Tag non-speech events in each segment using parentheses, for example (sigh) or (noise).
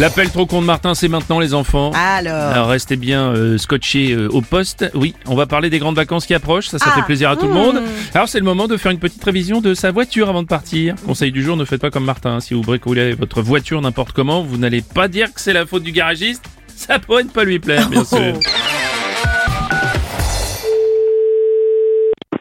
L'appel trop con de Martin, c'est maintenant les enfants. Ah. Alors, Alors restez bien euh, scotchés euh, au poste. Oui, on va parler des grandes vacances qui approchent, ça ça Ah, fait plaisir à tout le monde. Alors c'est le moment de faire une petite révision de sa voiture avant de partir. Conseil du jour, ne faites pas comme Martin. hein. Si vous bricolez votre voiture n'importe comment, vous n'allez pas dire que c'est la faute du garagiste. Ça pourrait ne pas lui plaire, bien sûr.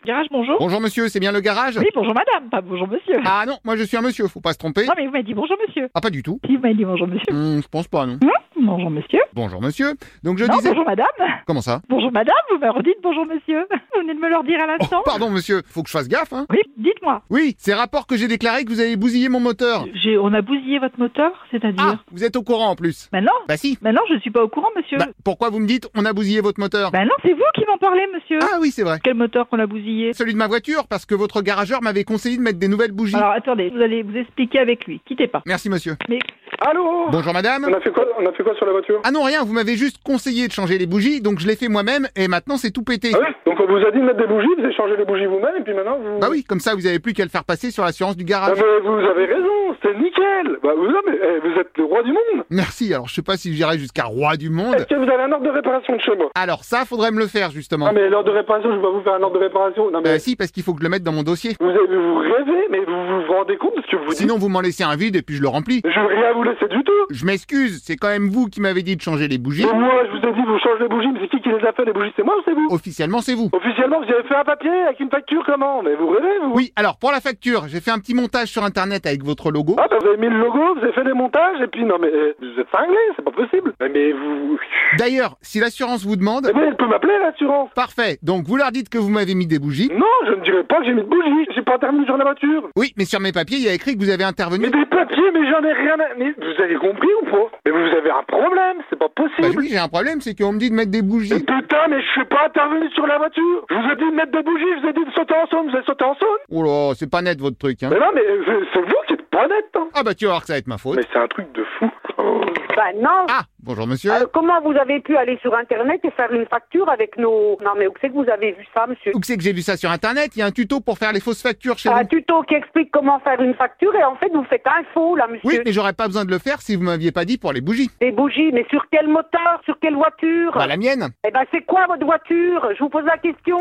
Garage, bonjour. Bonjour monsieur, c'est bien le garage Oui, bonjour madame, pas bonjour monsieur. Ah non, moi je suis un monsieur, faut pas se tromper. Non, mais vous m'avez dit bonjour monsieur. Ah pas du tout. Si, vous m'avez dit bonjour monsieur. Hum, je pense pas non. Bonjour monsieur. Bonjour monsieur. Donc je non, disais bonjour madame. comment ça Bonjour (laughs) madame, vous me redites bonjour monsieur. Vous venez de me le redire à Oh, l'instant. pardon monsieur, faut que je fasse gaffe hein. Oui, dites-moi. Oui, c'est rapport que j'ai déclaré que vous avez bousillé mon moteur. J'ai- On a bousillé votre moteur, Ah, c'est-à-dire vous êtes au courant en plus. Ben non, Bah si. ben non, je suis pas au courant monsieur. Bah, pourquoi vous me dites on a bousillé votre moteur Ben non, c'est vous qui m'en parlez monsieur. Ah oui, c'est vrai. Quel moteur qu'on a bousillé Celui de ma voiture parce que votre garageur m'avait conseillé de mettre des nouvelles bougies. Alors attendez, vous allez vous expliquer avec lui. Quittez pas. Merci monsieur. Mais Allô Bonjour madame. on a, fait quoi, on a fait quoi sur la voiture Ah non rien, vous m'avez juste conseillé de changer les bougies, donc je l'ai fait moi-même et maintenant c'est tout pété. Ah oui Donc on vous a dit de mettre des bougies, vous avez changé les bougies vous-même et puis maintenant vous... Bah oui, comme ça vous avez plus qu'à le faire passer sur l'assurance du Ah garage. mais vous avez raison, c'est nickel Bah vous, non, mais, eh, vous êtes le roi du monde Merci, alors je sais pas si j'irai jusqu'à roi du Est-ce monde. que vous avez un ordre de réparation de chez moi Alors ça, faudrait me le faire justement. Ah mais l'ordre de réparation, je vais pas vous faire un ordre de réparation. Non mais... Euh, si, parce qu'il faut que je le mette dans mon dossier. Vous, avez- vous rêvez, mais vous vous vous rendez compte de ce que vous Sinon, vous m'en laissez un vide et puis je le remplis. dites Je veux rien vous laisser du tout Je m'excuse, c'est quand même vous qui m'avez dit de changer les bougies. Mais moi, je vous ai dit, vous changez les bougies, mais c'est qui qui les a fait les bougies C'est moi ou c'est vous Officiellement, c'est vous. Officiellement, vous avez fait un papier avec une facture, comment Mais vous rêvez, vous Oui, alors pour la facture, j'ai fait un petit montage sur internet avec votre logo. Ah bah vous avez mis le logo, vous avez fait des montages, et puis non mais euh, vous êtes cinglé, c'est pas possible Mais, mais vous... D'ailleurs, si l'assurance vous demande, Eh bien, elle peut m'appeler l'assurance. parfait, donc vous leur dites que vous m'avez mis des bougies. Non, je ne dirais pas que j'ai mis de bougie. J'ai pas terminé sur la voiture. Oui, mais sur mes papiers, il y a écrit que vous avez Mais intervenu. des papiers, mais j'en ai rien à... Mais vous avez compris ou pas Mais vous avez un problème, c'est pas Bah possible. oui, j'ai un problème, c'est qu'on me dit de mettre des Mais bougies. putain, mais je suis pas intervenu sur la voiture. Je vous ai dit de mettre des bougies, je vous ai dit de sauter en saune, vous avez sauté en saune. Oh là, c'est pas net votre truc, hein. Mais non, mais euh, c'est vous qui êtes pas net, hein. Ah bah tu vas voir que ça va être ma faute. Mais c'est un truc de fou. Oh. Bah non. Ah, bonjour monsieur. Alors, comment vous avez pu aller sur Internet et faire une facture avec nos... Non, mais où c'est que vous avez vu ça, monsieur Où que c'est que j'ai vu ça sur internet Il y a un tuto pour faire les fausses factures chez Un vous. tuto qui explique comment faire une facture et en fait, vous faites un faux, là, monsieur. Oui, mais j'aurais pas besoin de le faire si vous m'aviez pas dit pour les bougies. Des bougies, mais sur quel moteur Sur quelle voiture Bah la mienne Eh ben, c'est quoi votre voiture Je vous pose la question.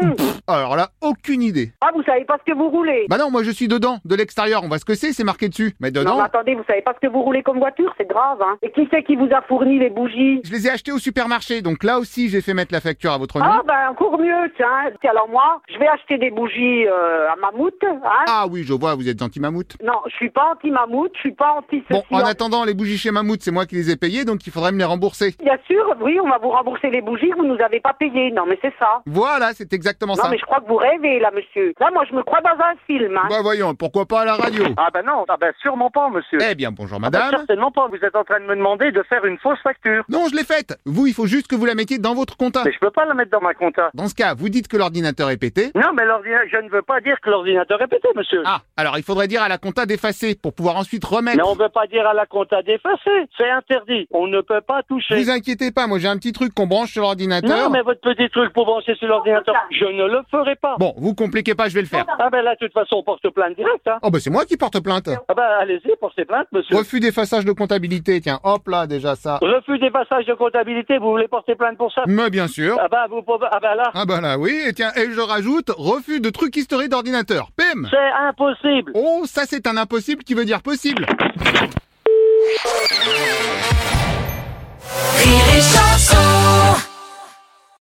Alors là, aucune idée. ah, vous savez pas ce que vous roulez Bah non, moi je suis dedans, de l'extérieur, on voit ce que c'est, c'est marqué dessus. Mais non, bah, mais dedans, attendez, vous savez pas ce que vous roulez comme voiture, c'est grave, hein. Et qui c'est qui vous a fourni les bougies je les ai achetés au supermarché, donc là aussi j'ai fait mettre la facture à votre Ah, nom. ben, encore mieux, tiens. Alors, moi, je vais acheter des bougies euh, à mammouth, hein. Ah oui, je vois, vous êtes gentil mammouth. Non, je suis pas anti-mammouth, je suis pas Bon, anti-ceci. en attendant, les bougies chez Mammouth, c'est moi qui les ai payées, donc il faudrait me les rembourser. Bien sûr, oui, on va vous rembourser les bougies que vous nous avez pas payées. Non, mais c'est ça. Voilà, c'est exactement Non, ça. mais je crois que vous rêvez, là, monsieur. Là, moi, je me crois dans un film. Hein. Bah voyons, pourquoi pas à la radio Ah bah non, ah bah sûrement pas, monsieur. Eh bien, bonjour Ah bah madame. certainement pas. Vous êtes en train de me demander de faire une fausse facture. Non, je l'ai faite. Vous, il faut juste que vous la mettiez dans votre compta. Mais je peux pas la mettre dans ma compta. Dans ce cas, vous dites que l'ordinateur est pété. Non, mais l'ordinateur, je ne veux pas dire que l'ordinateur est pété, monsieur. Ah, alors il faudrait dire à la compta d'effacer pour pouvoir ensuite remettre. Mais on ne veut pas dire à la compta d'effacer. C'est interdit. On ne peut pas toucher. Vous inquiétez pas, moi j'ai un petit truc qu'on branche sur l'ordinateur. Non, mais votre petit truc pour brancher sur l'ordinateur, je ne le ferai pas. Bon, vous compliquez pas, je vais le faire. Ah ben là, de toute façon, on porte plainte direct, hein. Oh bah c'est moi qui porte plainte. Ah ben allez-y, portez plainte, monsieur. Refus d'effaçage de comptabilité, tiens, hop là déjà ça. Refus des passages de comptabilité, vous voulez porter plainte pour ça Mais bien sûr. Ah ben vous pouvez... Ah ben là, Ah bah là oui, et tiens, et je rajoute refus de truc historique d'ordinateur. Pim c'est impossible. Oh, ça c'est un impossible qui veut dire possible.